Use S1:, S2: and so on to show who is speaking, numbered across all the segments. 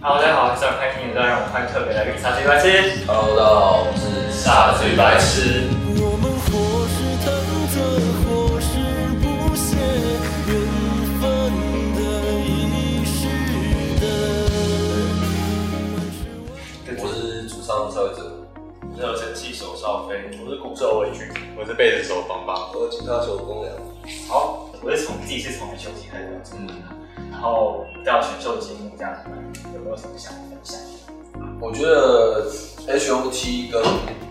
S1: Hello，大家好，我是小开心，也在让我看特别来宾傻子白痴，
S2: Hello，大家好，我是
S1: 傻子白痴。
S3: 我们或是忐忑，或是不屑，缘分的、一世的。
S2: 我是主唱肖伟哲，
S1: 热身器手少飞，我是鼓手伟俊，我是贝斯手邦邦。
S2: 我吉他手公良。
S1: 好，我是从自己是从选秀期开始关注，
S2: 嗯，
S1: 然后到选秀节目这样子，有没有什么想分享？
S2: 我觉得 H O T 跟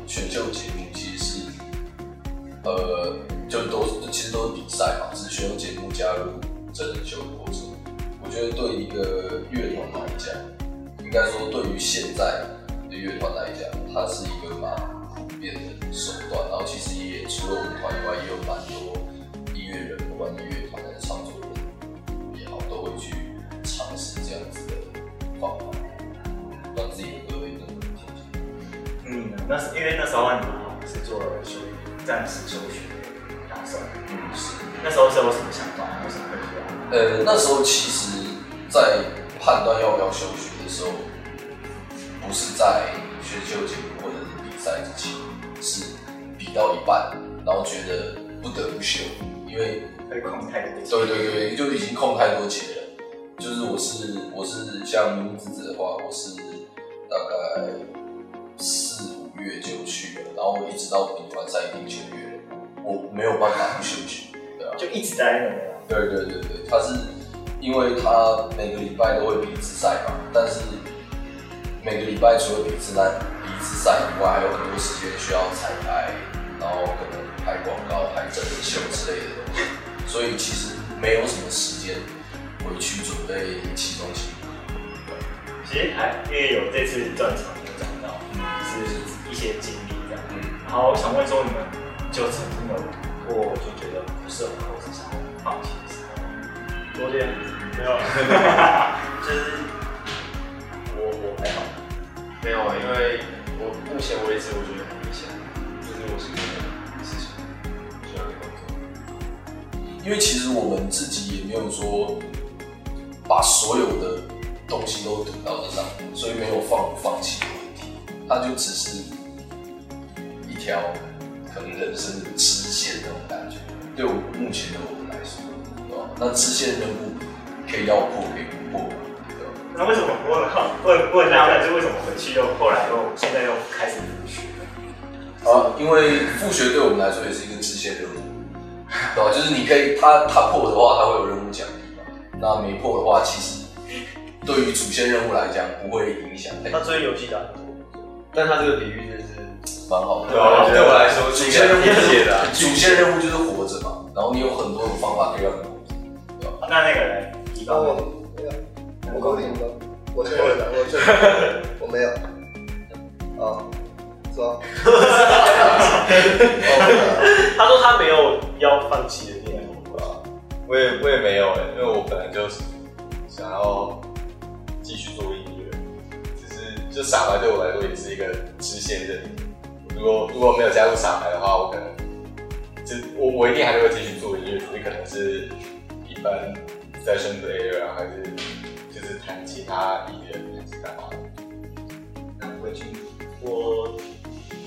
S2: 选秀节目其实是，呃，就都是其实都是比赛嘛，只是选秀节目加入真人秀的过程。我觉得对一个乐团来讲，应该说对于现在的乐团来讲，它是一个蛮普遍的手段。然后其实也除了我们团以外，也有蛮多音乐人，不管音乐团还是创作人也好，都会去尝试这样子的方法。让自己的歌变得更听起
S1: 嗯，那是因为那时候你是做休暂时休学打算，
S2: 嗯，是。
S1: 那时候是有什么想法，有什么会做啊？
S2: 呃，那时候其实，在判断要不要休学的时候，不是在选秀节目或者是比赛之前，是比到一半，然后觉得不得不休，因为
S1: 被控太多。
S2: 对对对，就已经空太多节了。就是我是我是像木子子的话，我是大概四五月就去了，然后我一直到比完赛已经九月了，我没有办法不休学，对啊。
S1: 就一直待着没有。
S2: 对对对对，他是因为他每个礼拜都会比一次赛嘛，但是每个礼拜除了比一次赛比一次赛以外，还有很多时间需要彩排，然后可能拍广告、拍真人秀之类的东西，所以其实没有什么时间回去准备期中期。
S1: 其实还因为有这次专场有讲到，是一些经历这样。
S2: 嗯，
S1: 然后想问说，你们就曾经有过就觉得不适合，或是想要放弃的时候？
S4: 昨天没有，
S1: 啊
S4: 就是我我还好，没有，因为我目前为止我觉得很明显，就是我是一个事情需要工作。
S2: 因为其实我们自己也没有说把所有的东西都读到这上面，所以没有放不放弃的问题，它就只是一条可能人生的支线那种感觉。对我目前的我们来说，对吧？那支线任务可以要破，可以不破，对吧？
S1: 那为什么我很好问问大家，是为什么回去又后来又现在又开始复学？
S2: 啊，因为复学对我们来说也是一个支线任务，对吧？就是你可以，他他破的话，他会有任务奖励嘛。那没破的话，其实对于主线任务来讲不会影响哎太
S4: 他追游戏啊打很多，但他这个比喻就是，
S2: 蛮好的。
S1: 对啊对我
S4: 来说
S2: 主线任务就是
S4: 的啊
S2: 主线任务就是活着嘛，然后你有很多种方法可以让你活着。
S1: 那那个人，一
S5: 然
S1: 般
S5: 后
S4: 哦
S5: 我没有，我搞定了，我是我的，我是我没有，啊，是吧？哦
S4: 他说他没有要放弃的念头啊，
S6: 我也我也没有哎、因为我本来就是想要继续做音乐，只是就傻白对我来说也是一个支线任务。如果如果没有加入傻白的话，我可能就我我一定还是会继续做音乐，只是可能是一般 session player 啊，还是就是弹吉他 E 音乐，还是干嘛的。
S4: 我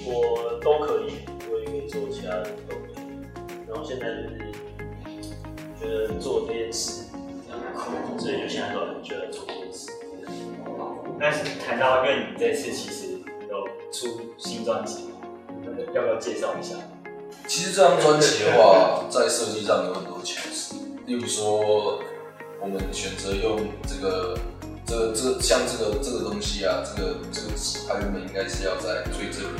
S4: 我都可以，我也可以做其他的都可以。然后现在就是觉得做这件事很酷，所以就现在都很喜欢做这件事。
S1: 那谈到，因为你这次其实有出新专辑嘛，要不要介绍一下？
S2: 其实这张专辑的话，在设计上有很多巧思，例如说，我们选择用这个、这个、这个、像这个、这个东西啊，这个、这个纸，它原本应该是要在最这里，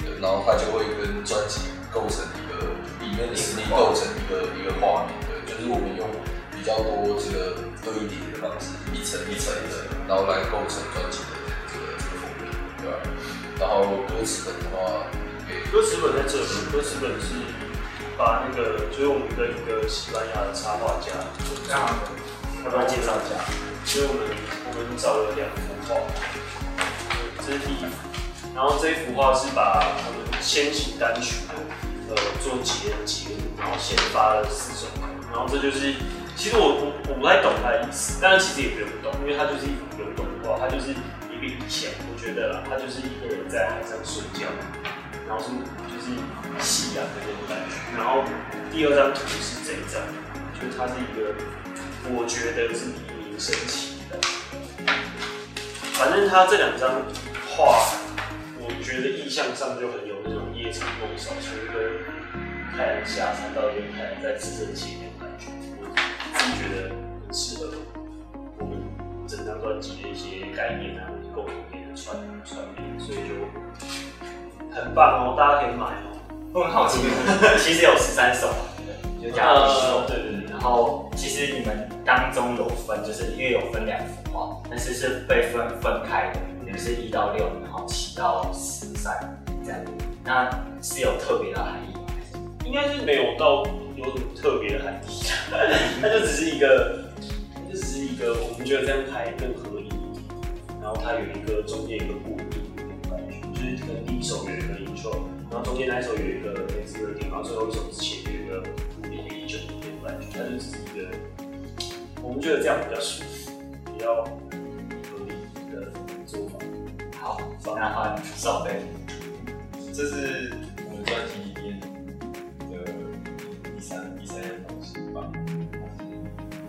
S2: 对，然后它就会跟专辑构成一个里面的实力构成一个一个画面，对，就是我们用比较多这个堆叠的方式，一层一层的，然后来构成专辑的这个这个封面，对吧？然后歌词本的话，给
S4: 歌词本在这里，歌词本是把那个就是我们跟一个西班牙的插画家，
S1: 要不要介绍一下？
S4: 所以我们我们找了两幅画，这是第一幅，然后这一幅画是把我们先行单曲的呃做结结尾，然后先发了四首歌，然后这就是其实我我我不太懂它的意思，但是其实也不用懂，因为它就是一幅流动的
S1: 他就是一个以前我觉得啦，他就是一个人在海上睡觉，然后是就是夕阳的那种感觉。然后第二张图是这一张，就是它是一个我觉得是黎明升起的，反正他这两张画，我觉得意象上就很有那种夜长梦少，从一个太阳下山到一个太阳在自身前面的感觉，我自己觉得很适合我们整张专辑的一些概念啊，或者构图点的串串联，所以就很棒哦，大家可以买哦。我很好奇，其实有十三首，啊就这样子说。哦对对对。然后其实你们当中有分，就是因为有分两幅画，但是是被分分开的，你们是一到六，然后七到十三这样。那是有特别的含义吗？应该是没有到有什么特别的含义，它就只是一个，它就只是一个，我们觉得这样排更合理。然后它有一个中间有一个固定的感觉，就是可能第一首有一个 intro，然后中间那一首有一个类似的地方，最后一首之前有一个固定的 intro 的感觉，它就只是一个，我们觉得这样比较舒服，比较合理的做法。好，那换少飞。
S6: 这是我们专辑里面的第三第三样东西吧？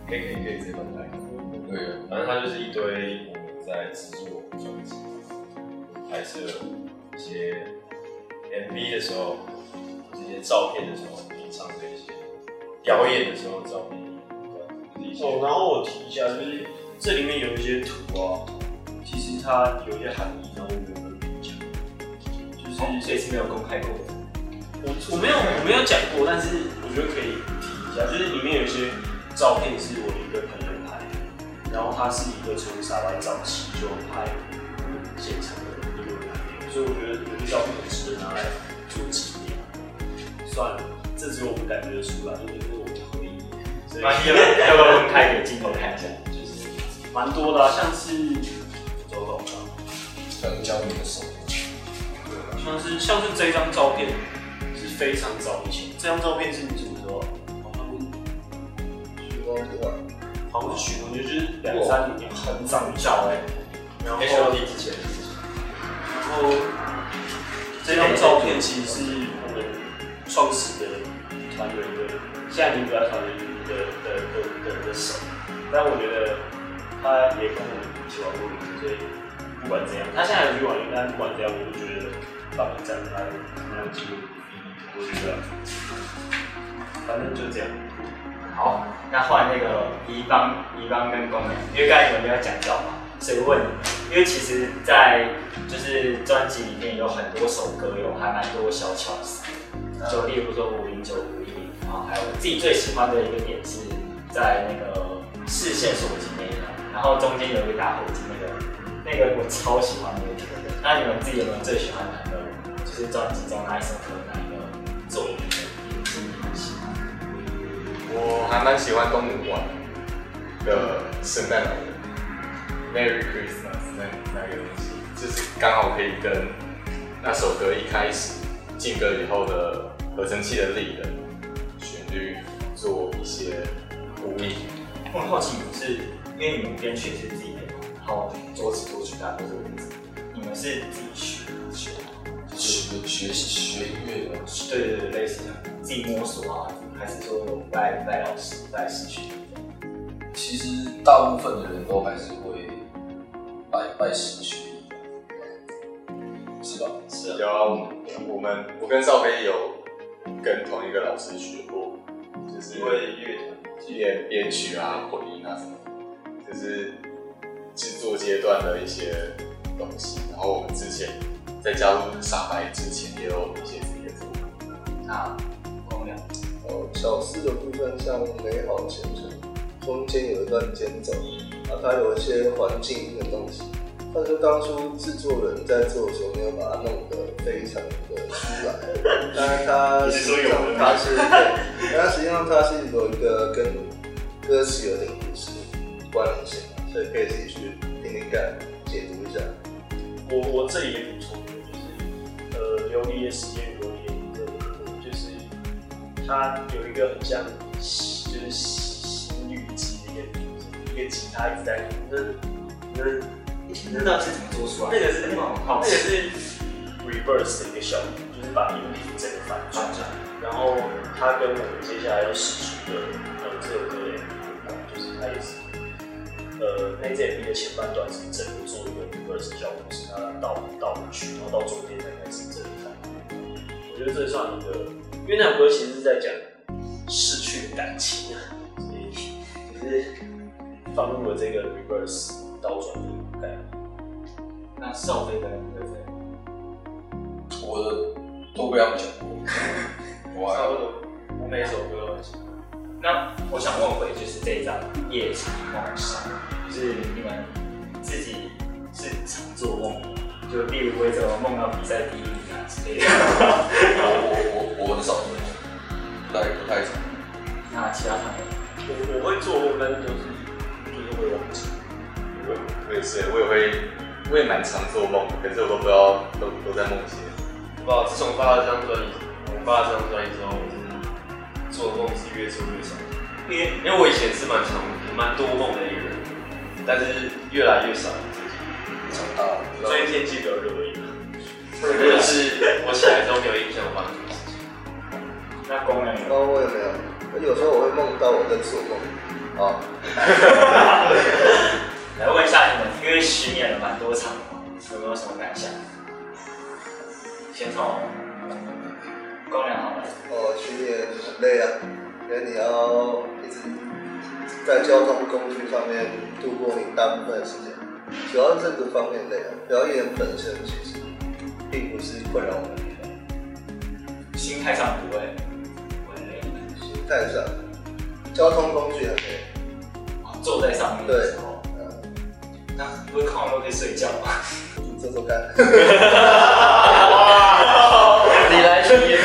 S6: 可以可以可以直接放开。
S2: 对，
S6: 反正它就是一堆我们在制作专辑、拍摄一些 MV 的时候、这些照片的时候、平常的一些表演的时候的照片，就是一些
S1: 哦，然后我提一下，就是这里面有一些图啊，其实它有一些含义，然后我没有跟你讲，就是、
S6: 这次没有公开过。
S1: 哦我我没有我没有讲过，但是我觉得可以提一下，就是里面有一些照片是我的一个朋友拍的，然后他是一个从傻白早期就拍现场的一个拍片，所以我觉得有些照片很值得拿来做纪念。算了，这只有我们感觉得出来，因为这是我们的回忆， 所以
S4: 要不要我们开一个镜头
S1: 看一下，就是蛮多的、啊，像是走走啊。
S2: 可能教你的手，
S1: 像是像是这张照片是非常早以前，这张照片是你什么时候啊？好像
S5: 许光图啊，
S1: 好像是许多年，就是两三年很早很早哎。然后
S4: H O T 之前，
S1: 然后这张照片其实是我们创始的团员的，现在已经不在团员的的的的的手，但我觉得他也跟我们一起玩过游戏，所以不管怎样，他现在有去玩，但不管怎样，我就觉得放一张他蛮有记录，我觉得，反正就这样。好，那换那个乙方、乙方跟公羊，因为刚才你们没有讲到嘛，所以问你，因为其实，在就是专辑里面有很多首歌，有还蛮多小巧思，就例如说五零九五一零，然后还有我自己最喜欢的一个点是在那个视线锁紧那一段，然后中间有一个打火机那个，那个我超喜欢那个歌的。那你们自己有没有最喜欢哪个？就是专辑中哪一首歌、哪一个作品的名字你们喜欢？
S6: 我还蛮喜欢东武馆的圣诞老人，Merry Christmas 那那个东西，就是刚好可以跟那首歌一开始进歌以后的合成器的力的旋律做一些呼应。
S1: 我很好奇，你是因为你们编曲是自己编嘛，然后作词作曲大啊家都是自己，你们是自己学学吗，
S2: 学学学音乐的，
S1: 对对对，类似这样，自己摸索啊，还是说有拜拜老师、拜师学艺这样？
S2: 其实大部分的人都还是会拜拜师学艺，是吧？
S1: 是啊，
S6: 有啊，我们我们我跟少飞有跟同一个老师学过，就是因为乐团编编曲啊、混音啊什么，就是制作阶段的一些东西。然后我们之前在加入傻白之前，也有一些自己的作品。
S1: 那公羊，
S5: 哦，小四的部分像美好前程，中间有一段间奏，啊，它有一些环境音的东西。但是当初制作人在做的时候，没有把它弄得非常的出来，但是它实际上它是，对但它实际上它是有一个跟歌词有点故事关联性，所以可以自己去听听看，解读一下。
S1: 我我这里也补充一个，就是呃，琉璃的实验有点的，就是它有一个很像就是心律机的一个一个吉他一直在那那那到底是怎么做出来
S4: 那
S1: 的？
S4: 个是
S1: 很
S4: 那
S1: 好
S4: 个
S1: 奇。
S4: 是 reverse 的一个效果，就是把一个例子整个反转
S1: 反转，
S4: 然后它跟我们接下来要试出的呃这首歌的 MV 啊就是它也是呃那一支 MV 的前半段是整个做一个 reverse 的效果，是它倒倒回去，然后到中间才开始正反。我觉得这算一个，因为那首歌其实是在讲逝去的感情啊，所以就是放入了这个 reverse 倒转的概念。
S1: 那少飞的对不对？
S2: 我的都被他们讲过，我还
S4: 差不
S2: 好
S4: 多，我每一首歌都很喜欢。
S1: 那我想问回，就是这一张《夜长梦伤》，就是你们自己是常做梦吗，就例如为什么梦到比赛第一名啊之类的。
S2: 我我我我很少做，不太不太少。
S1: 那其他朋友，
S4: 我我会做梦，但是就是就是会忘记。
S6: 我我也是，我也会，我也蛮常做梦，可是我都不知道都都在梦些。
S4: 我不知道，自从发了这张专辑，我发了这张专辑之后，我就是做梦是越做越少。
S1: 因为
S4: 因为我以前是蛮常蛮多梦的一个人，但是越来越少。最近
S2: 长大了，不知道
S4: 最近天气比较热而已。就是我起来之后没有印象我发生什么事情。
S1: 那公人
S5: 然后我也没有，我有时候我会梦到我在做梦。啊，
S1: 来问一下你们，因为巡演了蛮多场的嘛，有没有什么感想？先从公人好了，
S5: 哦，巡演很累啊，因为你要一直在交通工具上面度过你大部分的时间，主要是这个方面累啊。表演本身其实并不是困扰我的地方。
S1: 心态上不会，不会累
S5: 心态上，交通工具很累，
S1: 坐在上面的时候，
S5: 嗯，
S1: 那不会看完都可以睡觉吗？
S5: 你做做看。
S4: 你来巡演，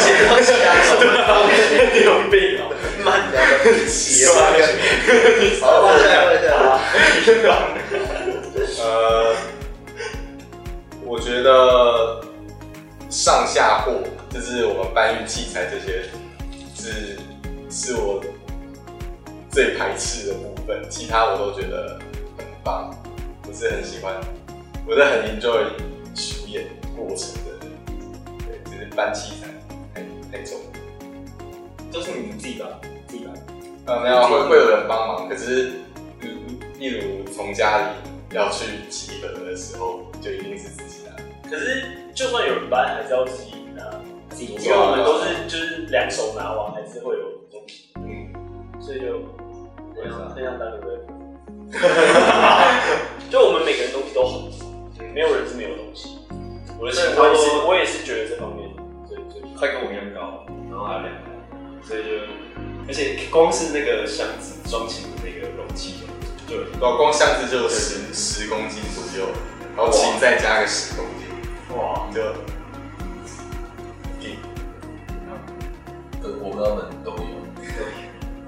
S5: 写东西啊，什么东西？
S4: 你有病啊！
S5: 慢点，写吧。好，问一下，问一下，
S6: 呃，我觉得上下货就是我们搬运器材这些，是是我最排斥的部分，其他我都觉得很棒，我是很喜欢，我是很 enjoy 巡演过程的人，对，就是搬器材太太重了。
S1: 都是你们自己吧，自己吧。
S6: 呃，没有，会会有人帮忙，可是，例例如从家里要去集合的时候，就一定是自己拿。
S4: 可是就算有人搬，还是要自己拿，
S1: 自己
S4: 因为我们都是就是两手拿完，还是会有东西。
S6: 嗯，
S4: 所以就
S6: 为啥
S4: 很想当个 r 就我们每个人东西都很多，没有人是没有东西。我的情况是，我也是觉得这方面最最
S7: 快跟我一样高，然后还有两个，所以就，而且光是那个箱子装钱的那个容器就有
S6: 老光箱子就有十十公斤左右，然后琴再加个十公斤，
S1: 哇，
S6: 就
S2: 对，我跟他们都有，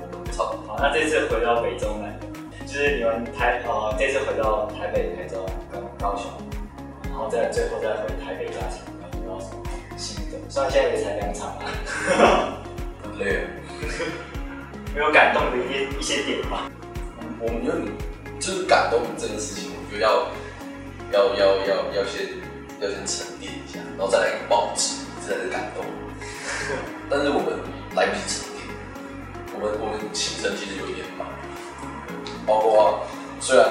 S2: 我们差不多。
S1: 好，那这次回到北中来，就是你们台呃，这次回到台北、台中跟高雄，然后再最后再回台北家乡，有没有什么心得？虽然现在也才两场啊，
S2: 很累啊。
S1: 没有感动的一些一些点吧。
S2: 我们有点就是感动这件事情，我觉得要要要要要先要先沉淀一下，然后再来一个报纸，这才是感动。但是我们来不及沉淀，我们我们行程其实有一点忙，包括、虽然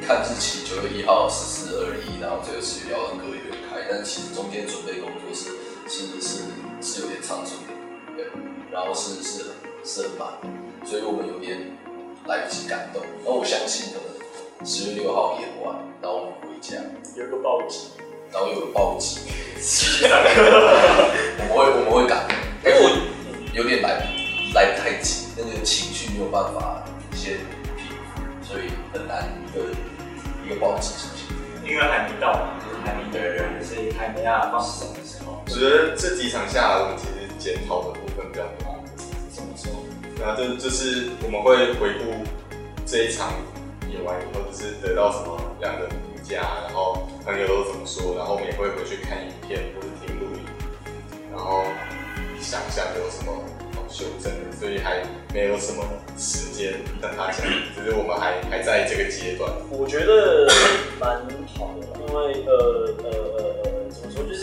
S2: 看日期九月一号、十四、二一，然后这个是要跟各位远开，但其实中间准备工作是其实是是有点仓促的，对，然后是是很是很忙，所以我们有点来不及感动。那我相信可能十月六号演完，然后我们回家，
S4: 有一个报纸，
S2: 然后有个报纸，我们会我们会感动，因为我有点来不来不太及，那个情绪没有办法先平复，所以很难一个一个报纸出现。
S1: 因为还没到嘛，就是还没对人，所以还没办法放手的时候。
S6: 我觉得这几场下来，我们其实检讨的部分比较多。
S1: 怎么说？
S6: 然后就就是我们会回顾这一场演完以后，就是得到什么样的评价，然后朋友都怎么说，然后我们也会回去看影片或者听录影，然后想想有什么好修正的，所以还没有什么时间让他讲，只是我们还还在这个阶段。
S4: 我觉得
S8: 呃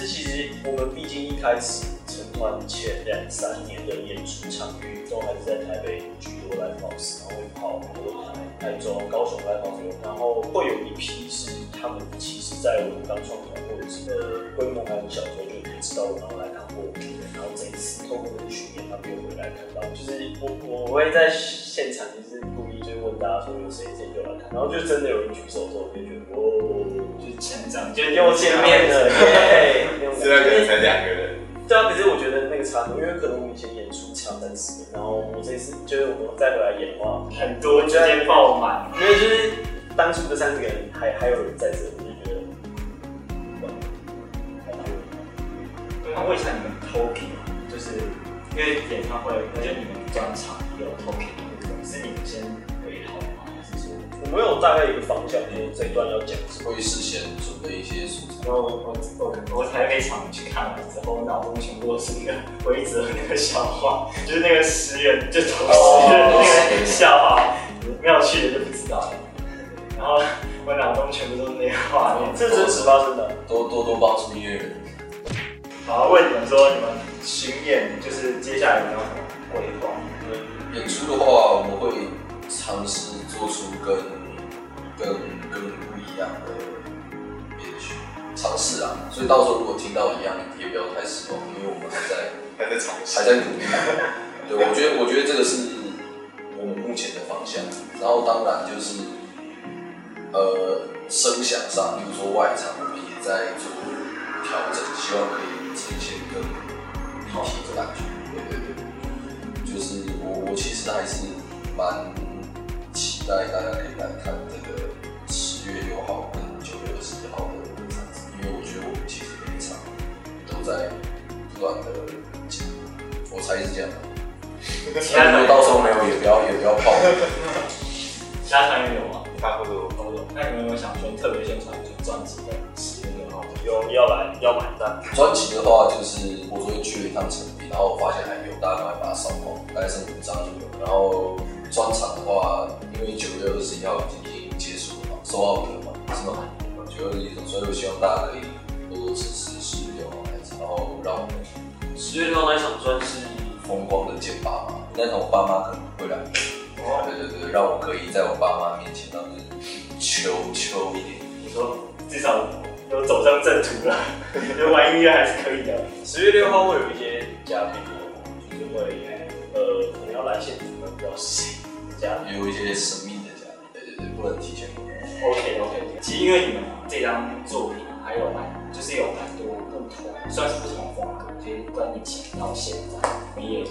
S8: 一开始成团前两三年的演出场域都还是在台北居多来 house，然后会跑很多台、台中、高雄来 house，然后会有一批是他们其实在我们刚创团或者是呃规模还很小的时候就可以知道我，然后来看过我们，然后这一次透过这个巡演，他们又回来看到，就是我我会在现场就是故意就是问大家说有谁谁又来看，然后就真的有人举手之后，我就觉得哦。
S1: 就是成长，
S8: 就又见面了，耶！那种感觉
S6: 虽然可能才两个人，
S8: 对啊，可是我觉得那个差很多，因为可能我们以前演出唱三十年，然后我这次就是我们再回来演的话，
S1: 很多之间爆满，
S8: 因为就是当初的三十个人还还有人在这，我就觉得，哇，还蛮有意义
S1: 那为啥你们 talking 就是因为演唱会，而且你们专场有 talking 这种是你们先备好吗？还是说
S8: 的。我们有大概一个方向，就是这一段要讲什么。
S2: 会事先准备一些素材。
S1: 我我我我台北场去看完之后，我脑中全部都是那个规则那个笑话，就是那个十人就投十人的那个笑话，没有去的就不知道了。然后我脑中全部都是那个画面。
S8: 这是真实发生的，
S2: 多多多帮助音乐人。
S1: 好，问你们说，你们巡演就是接下来有没有什么规划？
S2: 演出的话，我们会尝试做出跟跟跟不一样的编曲尝试啊，所以到时候如果听到一样，也不要太失望，因为我们还在
S6: 还在尝试
S2: 还。在努力。对，我觉得我觉得这个是我们目前的方向。然后当然就是呃声响上，比如说外场，我们也在做调整，希望可以呈现更立体的感觉。对对对，就是我我其实还是蛮期待大家可以来看这个十月六号跟九月二十一号的场子，因为我觉得我们其实每一场都在不断的进步。我猜是这 样的。
S1: 其他
S2: 那
S1: 团
S2: 如果到时候没有，也不要也不要泡。
S1: 其他团员有吗？
S6: 差不多。
S1: 都有。那你们有没有想说特别宣传就专辑的十月六号？
S8: 有要来要买单，
S2: 专辑的话，就是我昨天去了一趟成品，然后我发现还有，大家赶快把它扫光，大概剩五张左右。然后专场的话，因为九月二十一号已经结束了嘛，收到了嘛，是吗？九月二十一号，所以我希望大家可以多多支持十月六号那一场，然后呃让我们
S4: 十月六号那一场算是
S2: 疯狂的见爸妈。那场我爸妈可能会来，对对对，让我可以在我爸妈面前，让他们求求一点。
S1: 你说至少有走上正途了， 就玩音乐还是可以的。
S8: 十月六号会有一些嘉宾活动，就是会呃可能要来现场，但不知道是谁嘉宾。
S2: 也有一些神秘的家，对对对，不能提前。
S1: OK OK，其实因为你们这张作品还有蛮，就是有蛮多不同，算是不同风格，就是关你前到现在，你也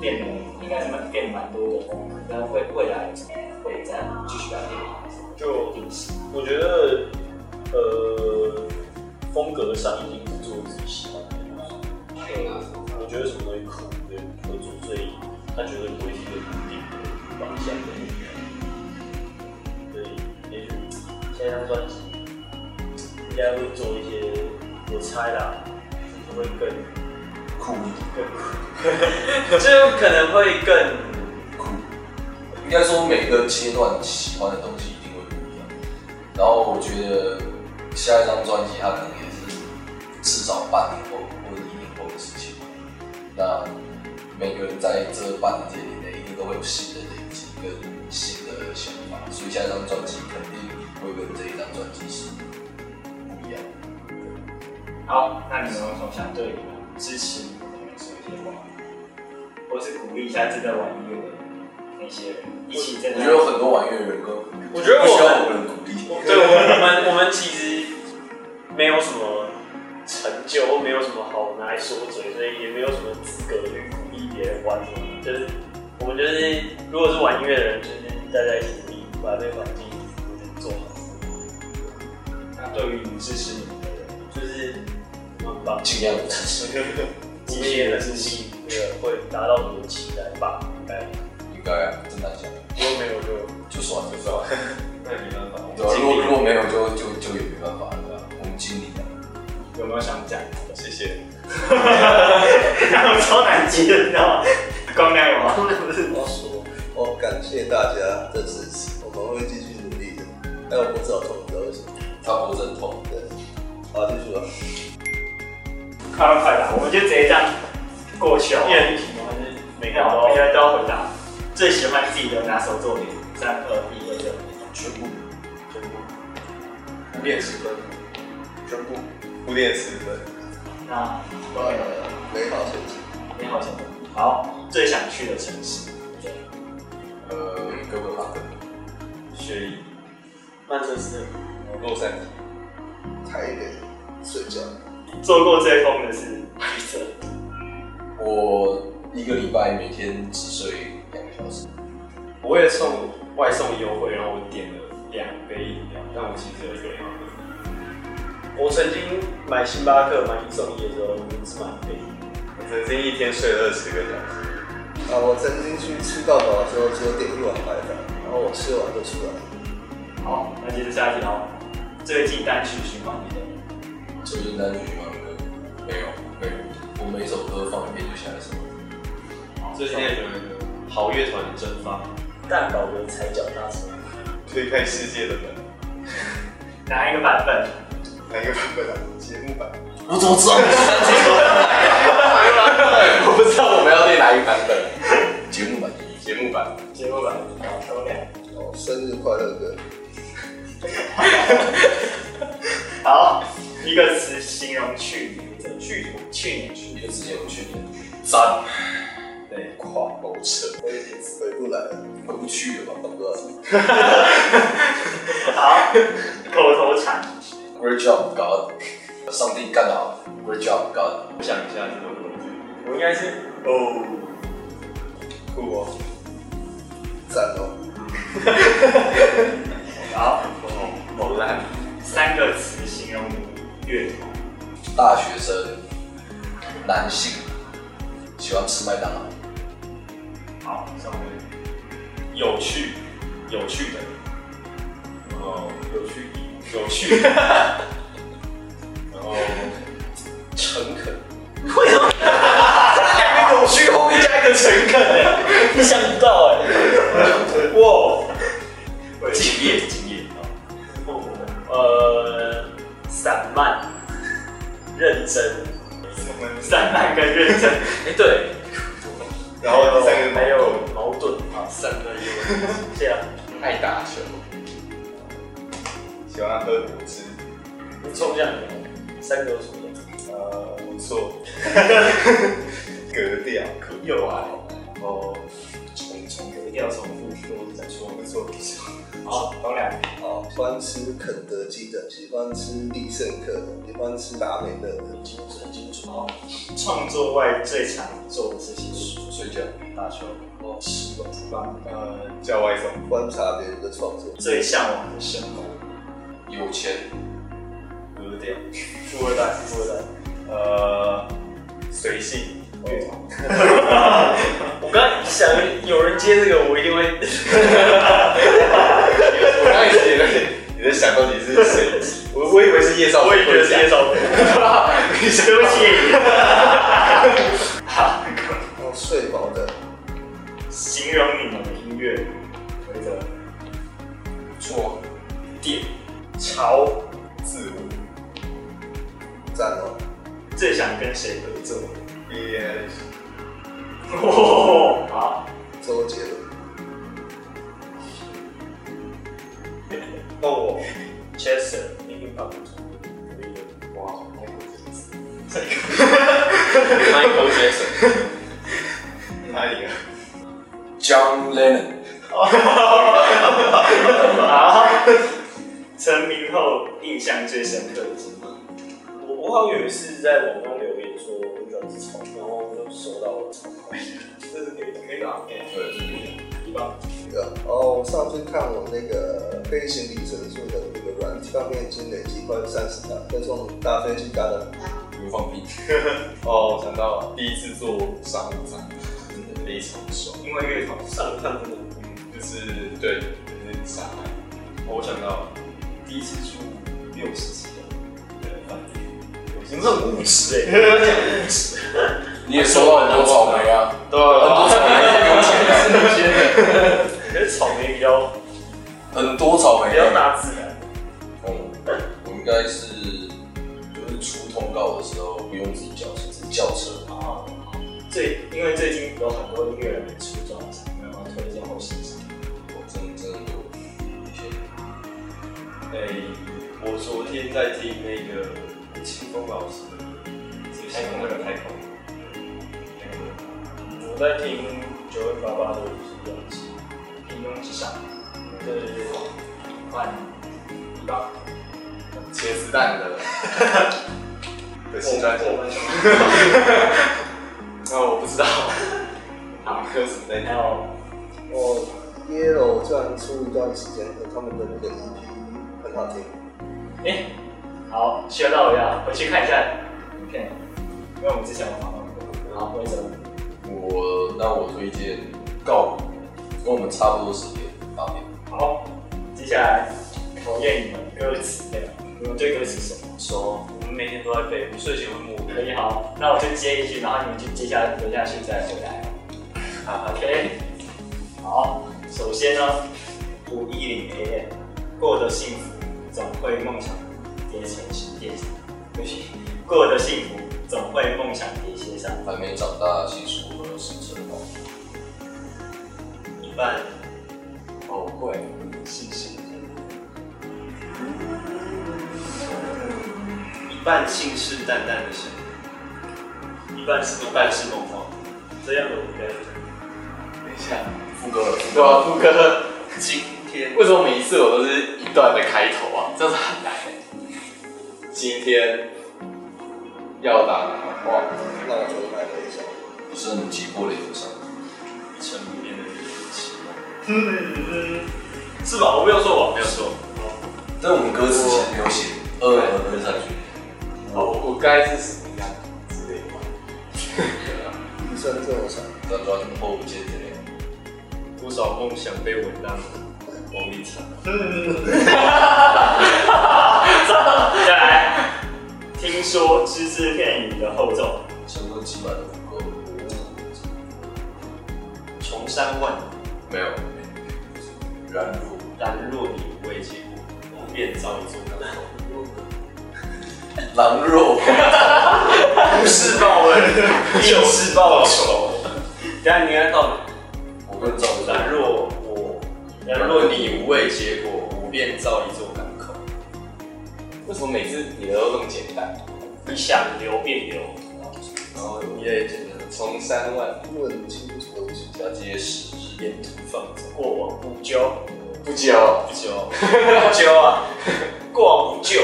S1: 变得应该是蛮变得蛮多的风格，但未未来怎么会再继续改变吗？
S8: 就
S1: 定型
S8: 我觉得，呃，风格上已经不是我自己喜欢的东西。呃，我觉得什么东西酷，对，合作，所以它绝对不会是一个固定的方向跟目标。所以，也许下一张专辑应该会做一些，我猜啦，会更
S2: 酷一点，
S8: 更酷，就可能会更
S2: 酷。应该说每个阶段喜欢的东西一定会不一样。然后我觉得下一张专辑它可能也是至少半年后或者一年后的事情。那每个人在这半年里内一定都会有新的累积跟新的想法，所以下一张专辑肯定会跟这一张专辑是不一样的。
S1: 好，那你们有什么想对你们支持你们的人说一些话，或是鼓励一下正在玩音乐的那些人，一起正
S2: 我
S1: 在
S2: 觉得有很多玩乐人跟
S8: 我觉得
S2: 不
S8: 我
S2: 需要我们鼓励。
S8: 对我们，我们我们其实没有什么成就，没有什么好拿来说嘴，所以也没有什么资格去鼓励别人玩什么。就是我们就是，如果是玩音乐的人，就是大家一起努力，把这个环境做好，
S1: 那对于你支持你们的人，
S8: 就是很棒。
S2: 尽量不支持，
S8: 今年的事情，那个会达到很多期待吧？应该
S2: 应该啊，真难讲，
S8: 如果没有就
S2: 就算了。
S6: 那没办法，
S2: 对啊，如果如果没有就就就也没办法了啊，我们经理啊，
S1: 有没有想讲？
S6: 谢谢。
S1: 我超难接的，你知道吗？光亮有吗？
S5: 我要说，我感谢大家的支持，我们会继续努力的。哎，我不知道痛，不知道为什么。
S2: 他脖子很痛。
S5: 对，好，继续吧。
S1: 快问快答，我们就直接这样过去哦。
S8: 一人一题吗？还啊是每个人
S1: 好，每个
S8: 都
S1: 人都要回答。最喜欢自己的拿手作品，三二一，二六。
S6: 全部全部
S4: 五点十分，
S6: 全部不练十分，
S1: 那
S5: 美好前程。
S1: 你好像好，最想去的城市，
S2: 呃，哥本哈根，
S4: 学艺，
S8: 曼彻斯特，
S6: 洛杉矶
S5: 台北睡觉，
S1: 做过最疯的事，
S2: 我一个礼拜每天只睡两个小时。
S4: 我为了送外送优惠，然后我点了两杯饮料，但我其实只有一个人要喝。
S8: 我曾经买星巴克买一送一的时候，我只买一杯。
S6: 我曾经一天睡了二十个小时。
S5: 啊，我曾经去吃到饱的时候，只有点一碗白饭，然后我吃完就出来了。
S1: 好，那接着下一题哦。最近单曲循环你的，
S2: 最近单曲循环歌没有，没有，我每首歌放一遍就下一首。
S4: 最近也觉得好乐团的蒸发，
S8: 蛋堡的踩脚踏车，
S6: 推开世界的门，
S1: 哪一个版本？
S6: 哪一个版本啊？节目版？
S2: 我怎么知道？我不知道我们要练哪一个版 本。节目版一，
S6: 节目版。
S1: 节目版，好，我俩。
S5: 哦，生日快乐歌，
S1: 好，一个词形容去年，去年，去年，去
S2: 一个之前我去年三
S4: 对，
S2: 跨楼车，
S5: 我已经回不来了，
S2: 回不去了吧？大哥
S1: 年。好，口头禅，
S2: ，Great job, God！上帝干得好，Great job, God！
S4: 我想一下是什么名字？
S8: 我应该是
S1: 哦，
S6: 酷哦！
S5: 赞哦！
S1: 好，
S6: 好烂。
S1: 三个词形容你乐团。
S2: 大学生，男性，喜欢吃麦当劳，
S1: 好，上面。
S4: 有趣，有趣的，
S6: 哦，有趣。
S4: 有趣，
S6: 然后
S4: 诚恳，
S2: 有趣后面加一个诚恳，
S8: 意想不到哎、哇，
S4: 敬业，敬业。
S8: 呃，散漫，认真，
S6: 我们，
S1: 散漫跟认真，
S8: 哎、对，
S6: 然后第三个
S8: 还有矛盾啊，三个有，这
S1: 啊
S8: 样
S6: 爱打球，喜欢喝果汁，
S8: 你抽奖有三个有什么奖？
S6: 呃，不错。格调可有啊？哦，重重格调重复说不错不错不错。
S1: 好，我俩。
S5: 好，喜欢吃肯德基的，喜欢吃必胜客的，喜欢吃达美乐的。
S1: 精神精准哦。创作外最常做的事情是
S2: 睡觉，
S1: 打球、哦，吃饭、吃饭。
S6: 呃，叫外送。
S5: 观察别人的创作，
S1: 最向往的生活，
S2: 有钱，
S6: 格调。
S1: 富二代，富二代。
S6: 呃，随性。
S8: 我刚刚想有人接这个，我一定会。
S6: 我刚开始也在，也在想到底是谁，我我以为是叶少，我也觉得是叶少。
S1: 对不起，
S5: 哦，睡饱的，
S1: 形容你们的音乐，回的
S6: 错，
S1: 点潮，
S6: 自我。
S5: 赞哦！
S1: 最想跟谁合作？
S6: 也
S1: 哦，好，
S5: 周杰伦，
S8: 哦，Chester，你跟爸爸
S6: 哇，Michael Jackson，
S4: Michael Jackson，
S6: 哪里啊？
S2: ，John Lennon。
S1: 好。成名后印象最深刻的经历，
S8: 我我好像有一次在网上留言说我喜欢吃炒饭，然后就收到了炒饭，这是可以可以拿给
S2: 对，这个
S5: 对啊。哦，我上次看我那个飞行里程数的那个软体，上面已经累积快三十档，再从搭飞机搭到
S2: 流放屁，
S6: 哦，我想到了第一次做商务 舱，真的非常爽，
S1: 因为乐团
S8: 上看真的
S6: 就是对，就是傻孩。
S4: 我想到了第一次住六十几人的饭店，
S8: 你们很务实哎，你们讲务实，
S2: 你也收到很多草莓啊，
S6: 对啊，
S2: 很多草莓有钱吃那些，
S8: 可是草莓比较
S2: 很多草莓啊
S8: 比。较大自然，
S2: 嗯，我应该是就是出通告的时候，不用自己叫车，是叫车嘛。
S1: 啊，最因为最近有很多音乐人也出专辑，然后推荐后世上。
S2: 我真的真的有一些
S4: 哎、我昨天在听那个吴青峰老师的歌，是
S1: 开
S4: 那
S1: 口
S4: 个开口，
S1: 我在听九零八八的东西，平庸之上，对对对，慢一把。
S6: 茄子蛋 的的新专辑。
S1: 我们
S6: 那哦我不知道他们歌什么在
S1: 还有
S9: 哦，Yellow 虽然出一段时间，可他们的那个 EP 很好听。
S1: 哎，好，学到了呀，回去看一下影片，因为我们之前有访问过，然后规则
S2: 我那我推荐告五，跟我们差不多时间发表。
S1: 好，接下来考验你们歌词量，你们对歌词熟吗？
S4: 熟，我们每天都在背，我们睡前会默
S1: 可以好，那我就接一句，然后你们就接下来留下去再回答。好，OK。好，首先呢，五一零 AM，过得幸福总会梦想跌成跌，对不起，过得幸福总会梦想跌些伤。
S2: 还没长大，其实我有时辰光。
S1: 一半
S2: 好会，
S4: 一半信誓旦旦的想，一半是一半是梦话。
S8: 这样的我应该
S6: 等一下，
S2: 副歌了，
S6: 对啊，副歌
S4: 今天
S6: 为什么每一次我都是一段的开头啊？这样子很难欸。今天要打电话，
S9: 那我重来了一下，
S2: 不是很急迫的忧伤。
S4: 城里面的人期望，是吧？我没有错吧？没有错。
S2: 但我们歌词其实没有写二和二上去，
S6: 哦我我该是什么样之类的吧？
S9: 余生这么长，
S2: 辗转后不见天亮。
S4: 多少梦想被稳当往里藏。
S1: 再来，听说只字片语的厚重，
S2: 成功几百的不够。
S4: 崇山万里，
S2: 没有。然如
S4: 然若你无畏其过，我便造一座高山。
S2: 狼若，
S4: 不是报 恩，就是报仇。 等下你应该到哪？
S2: 我跟赵子
S4: 然若我，然若你无畏结果，我便造一座港口。
S6: 为什么每次你的都这么简单？
S1: 你想留便留。
S6: 然后你也觉得从三万
S9: 问清楚一下。
S2: 家街时日宴，
S4: 放纵
S1: 过往不究，
S6: 不久，
S4: 不久，
S1: 不究啊，过往不究，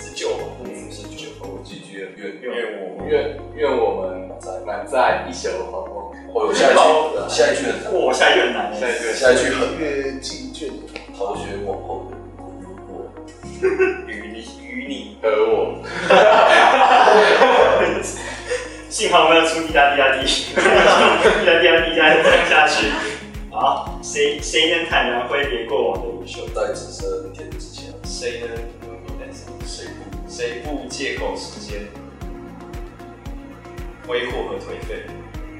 S1: 是旧吗？
S2: 不是酒后寄居的愿
S4: 愿我
S6: 愿愿我们满载一宿好梦。
S2: 哦，有下一句，下一句很难，
S1: 哇，下一个很难
S6: 下
S1: 耶。
S6: 一个
S2: 下一句很难。
S9: 越季卷，
S2: 逃学往后的如果
S1: 与你与你，
S6: 和我，
S1: 幸好没有出滴答滴答滴，滴答滴答滴答这样下去。好，谁谁能坦然挥别过往的无休？
S2: 在只剩天之前，
S4: 谁能何必担心？谁不谁不借口时间挥霍和颓废？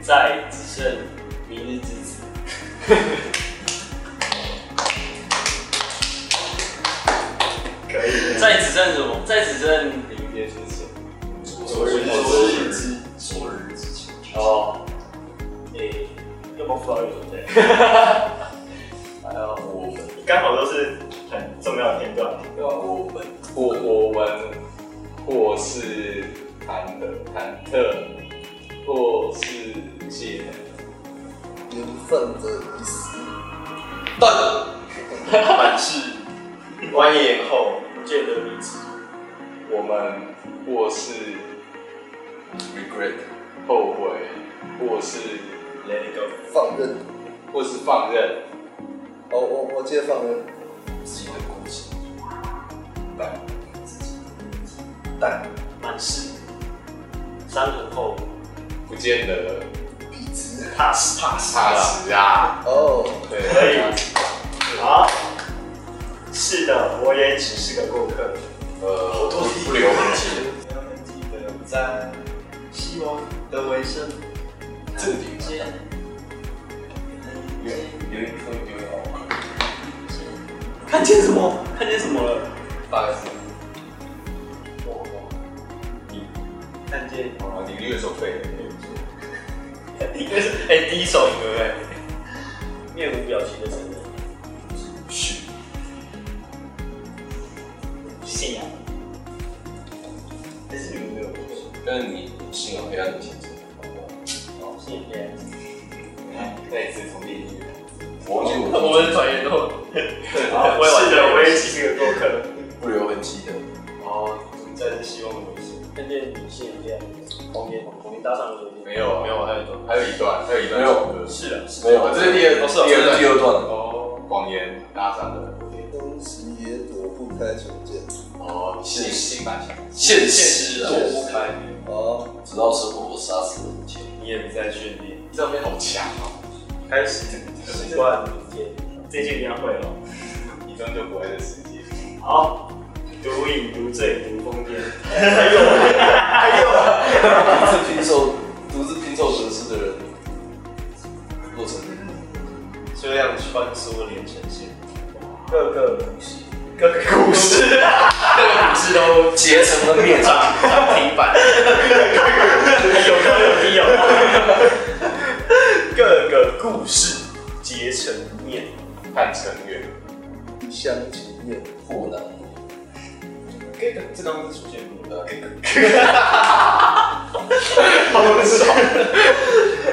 S1: 再只剩明日之子。可以，
S4: 再只剩什么？再只剩
S6: 明天是谁？
S2: 昨日
S4: 昨
S2: 之
S4: 日
S2: 前，
S4: 之
S2: 昨日之前，
S6: 哦，
S1: 诶，有没有辅导有对？
S6: 还有
S2: 我们
S1: 你刚好都是很重要的片段。
S2: 我们
S6: 或我文，或是忐忑，忐忑，或是解，
S9: 缘分的意思。
S2: 但
S4: 满是蜿蜒后，
S1: 不见得彼此，
S6: 我们或是
S2: regret
S6: 后悔，或是
S9: 放任。
S6: 或是放任，
S9: 哦，我我记得放任，
S2: 自己的故事，
S9: 但
S1: 满是伤痕后
S6: 不见得
S1: 踏实踏实。
S6: 踏实啊。
S9: 哦，
S1: 可
S6: 对，
S1: 以，好。是的，我也只是个过客。
S2: 呃，不留痕迹。
S4: 记得在希望的尾声，
S2: 这个地方有有一颗有点好看，
S4: 看见什么？看见什么了？
S2: 大概是
S4: 看见
S8: 些
S6: 好了，你略手背，
S8: 一个是哎第一首对不对？面无表情的承认，
S10: 信仰，
S8: 但是你们没有表情，
S2: 但你信仰黑暗的天真，
S8: 哦，是你们
S6: 那也是从地狱。
S2: 我忘记我
S8: 我们的团员都
S1: 好
S8: 我也玩
S1: 是
S8: 这个
S1: 的，我也记这个过客。
S2: 不留痕迹的。
S4: 哦，存在着希望的危险。
S8: 看见你是这样，红颜红颜搭上了有
S6: 没有，
S4: 哦没有，还有一段。
S6: 还有一段，还有一段
S2: 没有
S6: 唱歌
S8: 是啊，是
S2: 没有，
S6: 这是第二
S2: 哦是哦
S6: 第二
S2: 这
S6: 段
S2: 是第二段。
S6: 哦，谎言搭上的
S5: 东西也躲不开酒剑。
S6: 哦，信心吧，
S2: 现实啊，
S4: 躲不开，
S5: 好，
S2: 直到生活杀死人间。
S4: 你也不再确定。
S6: 这边好强哦，
S1: 开始
S8: 习惯民间，
S1: 这句你要会哦。
S6: 一段就不会的世界。
S1: 好，毒瘾、毒醉、毒疯癫，
S2: 独自拼凑，独自拼凑得失的人，落成
S4: 这样穿梭连成线，
S8: 各个
S4: 各个故事， 各个故事都
S2: 结成了面纱。
S4: 涨停板，
S1: 有高有低哦。
S4: 各个故事结成面，
S6: 看成员，
S5: 一厢情愿，
S2: 破难，
S4: 各个这张是出现过的，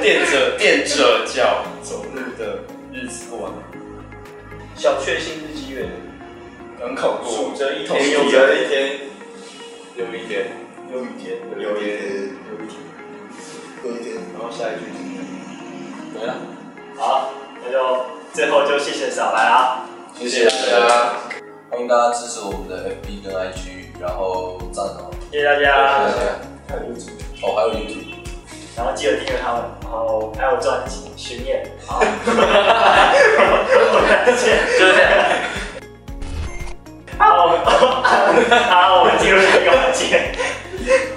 S4: 垫着垫着脚走路的日子过完了，
S8: 小确幸日积月累，
S4: 很恐
S8: 数
S4: 怖。
S8: 着一
S4: 天
S8: 天
S4: 哎有
S8: 又一
S4: 着
S8: 天，
S4: 一天，
S6: 又一天，
S4: 又一天，
S6: 又
S4: 又
S6: 一
S4: 一天，
S6: 天，
S5: 有一点
S4: 然后下一句是
S2: 没了，
S1: 好，那就最后就谢谢少来啊。
S2: 谢谢大家，欢迎大家支持我们的 FB 跟 IG，然后赞哦，
S1: 谢谢大
S2: 谢
S1: 家，
S2: 谢。哦，还有 YouTube，
S1: 然后记得订阅他们，然后还有专辑《巡演》。好，再见。
S4: 就是这样。
S1: 好，我们好，我们进入下一个环节，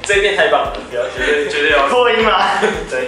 S4: 这一遍太棒了，不要绝对绝对要
S1: 破音吗？对。